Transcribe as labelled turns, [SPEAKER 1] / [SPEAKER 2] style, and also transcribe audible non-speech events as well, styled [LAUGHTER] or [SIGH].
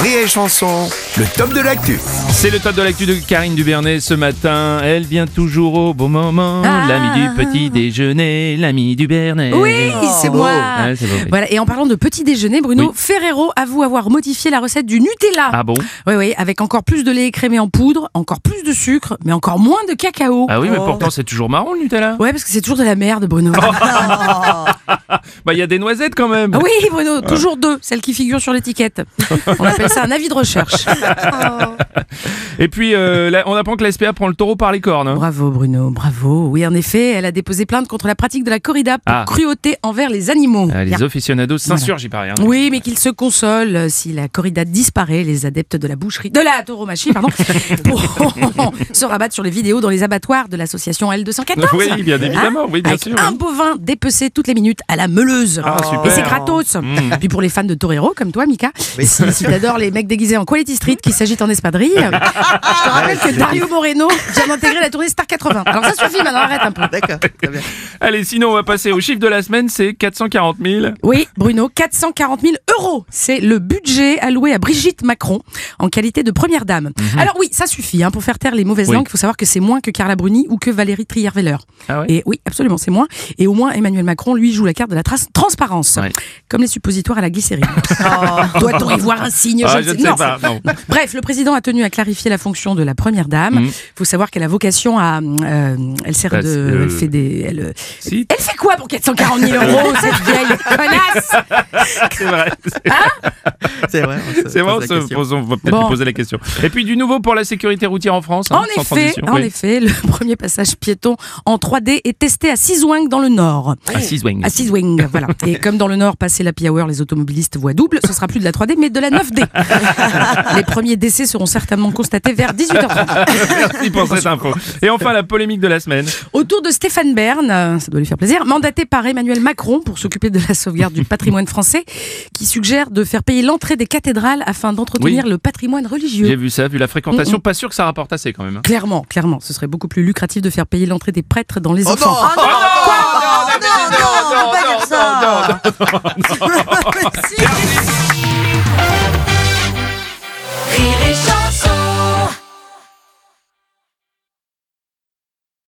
[SPEAKER 1] Rire et chanson, le top de l'actu.
[SPEAKER 2] C'est le top de l'actu de Karine Dubernet ce matin. Elle vient toujours au bon moment.
[SPEAKER 3] Ah.
[SPEAKER 2] L'ami du petit déjeuner, l'ami Dubernet.
[SPEAKER 3] Oui, c'est moi.
[SPEAKER 2] Ah, c'est beau, oui.
[SPEAKER 3] Voilà. Et en parlant de petit déjeuner, Bruno
[SPEAKER 2] Oui.
[SPEAKER 3] Ferrero avoue avoir modifié la recette du Nutella.
[SPEAKER 2] Ah bon
[SPEAKER 3] Oui, oui, avec encore plus de lait écrémé en poudre, encore plus de sucre, mais encore moins de cacao.
[SPEAKER 2] Ah oui, mais pourtant c'est toujours marron le Nutella.
[SPEAKER 3] Ouais, parce que c'est toujours de la merde, Bruno.
[SPEAKER 2] Oh. Bah il y a des noisettes quand même.
[SPEAKER 3] Ah [LAUGHS] oui, Bruno, toujours deux, celles qui figurent sur l'étiquette. On appelle ça un avis
[SPEAKER 2] [LAUGHS]
[SPEAKER 3] de recherche.
[SPEAKER 2] Et puis euh, là, on apprend que la SPA prend le taureau par les cornes. hein.
[SPEAKER 3] Bravo, Bruno, bravo. Oui, en effet, elle a déposé plainte contre la pratique de la corrida pour
[SPEAKER 2] Ah.
[SPEAKER 3] cruauté envers les animaux.
[SPEAKER 2] Ah,
[SPEAKER 3] Bien.
[SPEAKER 2] les aficionados s'insurgent, il paraît. hein.
[SPEAKER 3] Oui, mais qu'ils se consolent. euh, Si la corrida disparaît, les adeptes de la boucherie, de la
[SPEAKER 2] [LAUGHS]
[SPEAKER 3] tauromachie, pardon, pourront se rabattre sur les vidéos dans les abattoirs de l'association L214.
[SPEAKER 2] [LAUGHS] Oui, bien évidemment, oui, bien
[SPEAKER 3] Avec
[SPEAKER 2] sûr,
[SPEAKER 3] Un
[SPEAKER 2] oui.
[SPEAKER 3] bovin dépecé toutes les minutes à la meuleuse.
[SPEAKER 2] Ah, super. Hmm.
[SPEAKER 3] Et c'est gratos. Puis pour les fans de Torero, comme toi, Mika, si, si t'adores les mecs déguisés en Quality Street qui s'agitent en espadrille,
[SPEAKER 2] [LAUGHS]
[SPEAKER 3] Ah, je te rappelle que Dario Moreno vient d'intégrer la tournée Star 80. Alors ça suffit maintenant, arrête un peu.
[SPEAKER 1] D'accord, très bien.
[SPEAKER 2] Allez, sinon on va passer au chiffre de la semaine, c'est 440 000.
[SPEAKER 3] Oui, Bruno, 440 000 euros. C'est le budget alloué à Brigitte Macron en qualité de première dame. Alors oui, ça suffit hein, pour faire taire les mauvaises
[SPEAKER 2] Mhm. Oui.
[SPEAKER 3] langues. Il faut savoir que c'est moins que Carla Bruni ou que Valérie Trierweiler.
[SPEAKER 2] Ah ouais
[SPEAKER 3] Et oui, absolument, c'est moins. Et au moins, Emmanuel Macron, lui, joue la carte de la trace- transparence,
[SPEAKER 2] Ouais. Oh.
[SPEAKER 3] comme les suppositoires à la glycérine.
[SPEAKER 2] [LAUGHS]
[SPEAKER 3] Doit-on y voir un signe
[SPEAKER 2] Ah,
[SPEAKER 3] ne
[SPEAKER 2] je ne sais
[SPEAKER 3] non.
[SPEAKER 2] pas, non.
[SPEAKER 3] Bref, le président a tenu à clarifier la fonction de la première dame.
[SPEAKER 2] Mhm.
[SPEAKER 3] Il faut savoir qu'elle a vocation à, euh, elle sert
[SPEAKER 2] Bah,
[SPEAKER 3] de,
[SPEAKER 2] c'est, euh,
[SPEAKER 3] elle fait des, elle,
[SPEAKER 2] Si,
[SPEAKER 3] elle fait quoi pour 440 000
[SPEAKER 2] [LAUGHS]
[SPEAKER 3] euros, cette vieille connasse
[SPEAKER 2] c'est vrai.
[SPEAKER 1] C'est vrai.
[SPEAKER 2] C'est vrai, on,
[SPEAKER 1] pose
[SPEAKER 2] se
[SPEAKER 1] la question.
[SPEAKER 2] pose- on va peut-être
[SPEAKER 3] Bon.
[SPEAKER 2] lui poser la question. Et puis du nouveau pour la sécurité routière en France, hein,
[SPEAKER 3] En
[SPEAKER 2] sans
[SPEAKER 3] effet,
[SPEAKER 2] transition.
[SPEAKER 3] en
[SPEAKER 2] oui.
[SPEAKER 3] effet, le [LAUGHS] premier passage piéton en 3D est testé à Sizouing dans le Nord.
[SPEAKER 2] Ah, six wings.
[SPEAKER 3] À Sizouing, voilà. Et comme dans le Nord, passer l'happy hour, les automobilistes voient double, ce sera plus de la 3D, mais de
[SPEAKER 2] [LAUGHS]
[SPEAKER 3] la 9D. Les premiers décès seront certainement constatés vers 18h30.
[SPEAKER 2] Merci pour cette info. Et enfin, la polémique de la semaine.
[SPEAKER 3] Autour de Stéphane Bern, euh, ça doit lui faire plaisir, mandaté par Emmanuel Macron pour s'occuper de la sauvegarde du patrimoine français, qui suggère de faire payer l'entrée des cathédrales afin d'entretenir
[SPEAKER 2] Oui.
[SPEAKER 3] le patrimoine religieux.
[SPEAKER 2] J'ai vu ça, vu la fréquentation, pas sûr que ça rapporte assez quand même. hein.
[SPEAKER 3] Clairement, clairement, ce serait beaucoup plus lucratif de faire payer l'entrée des prêtres dans les enfants.
[SPEAKER 2] Oh non, non, mais non, non, non, non, non, non, non, non,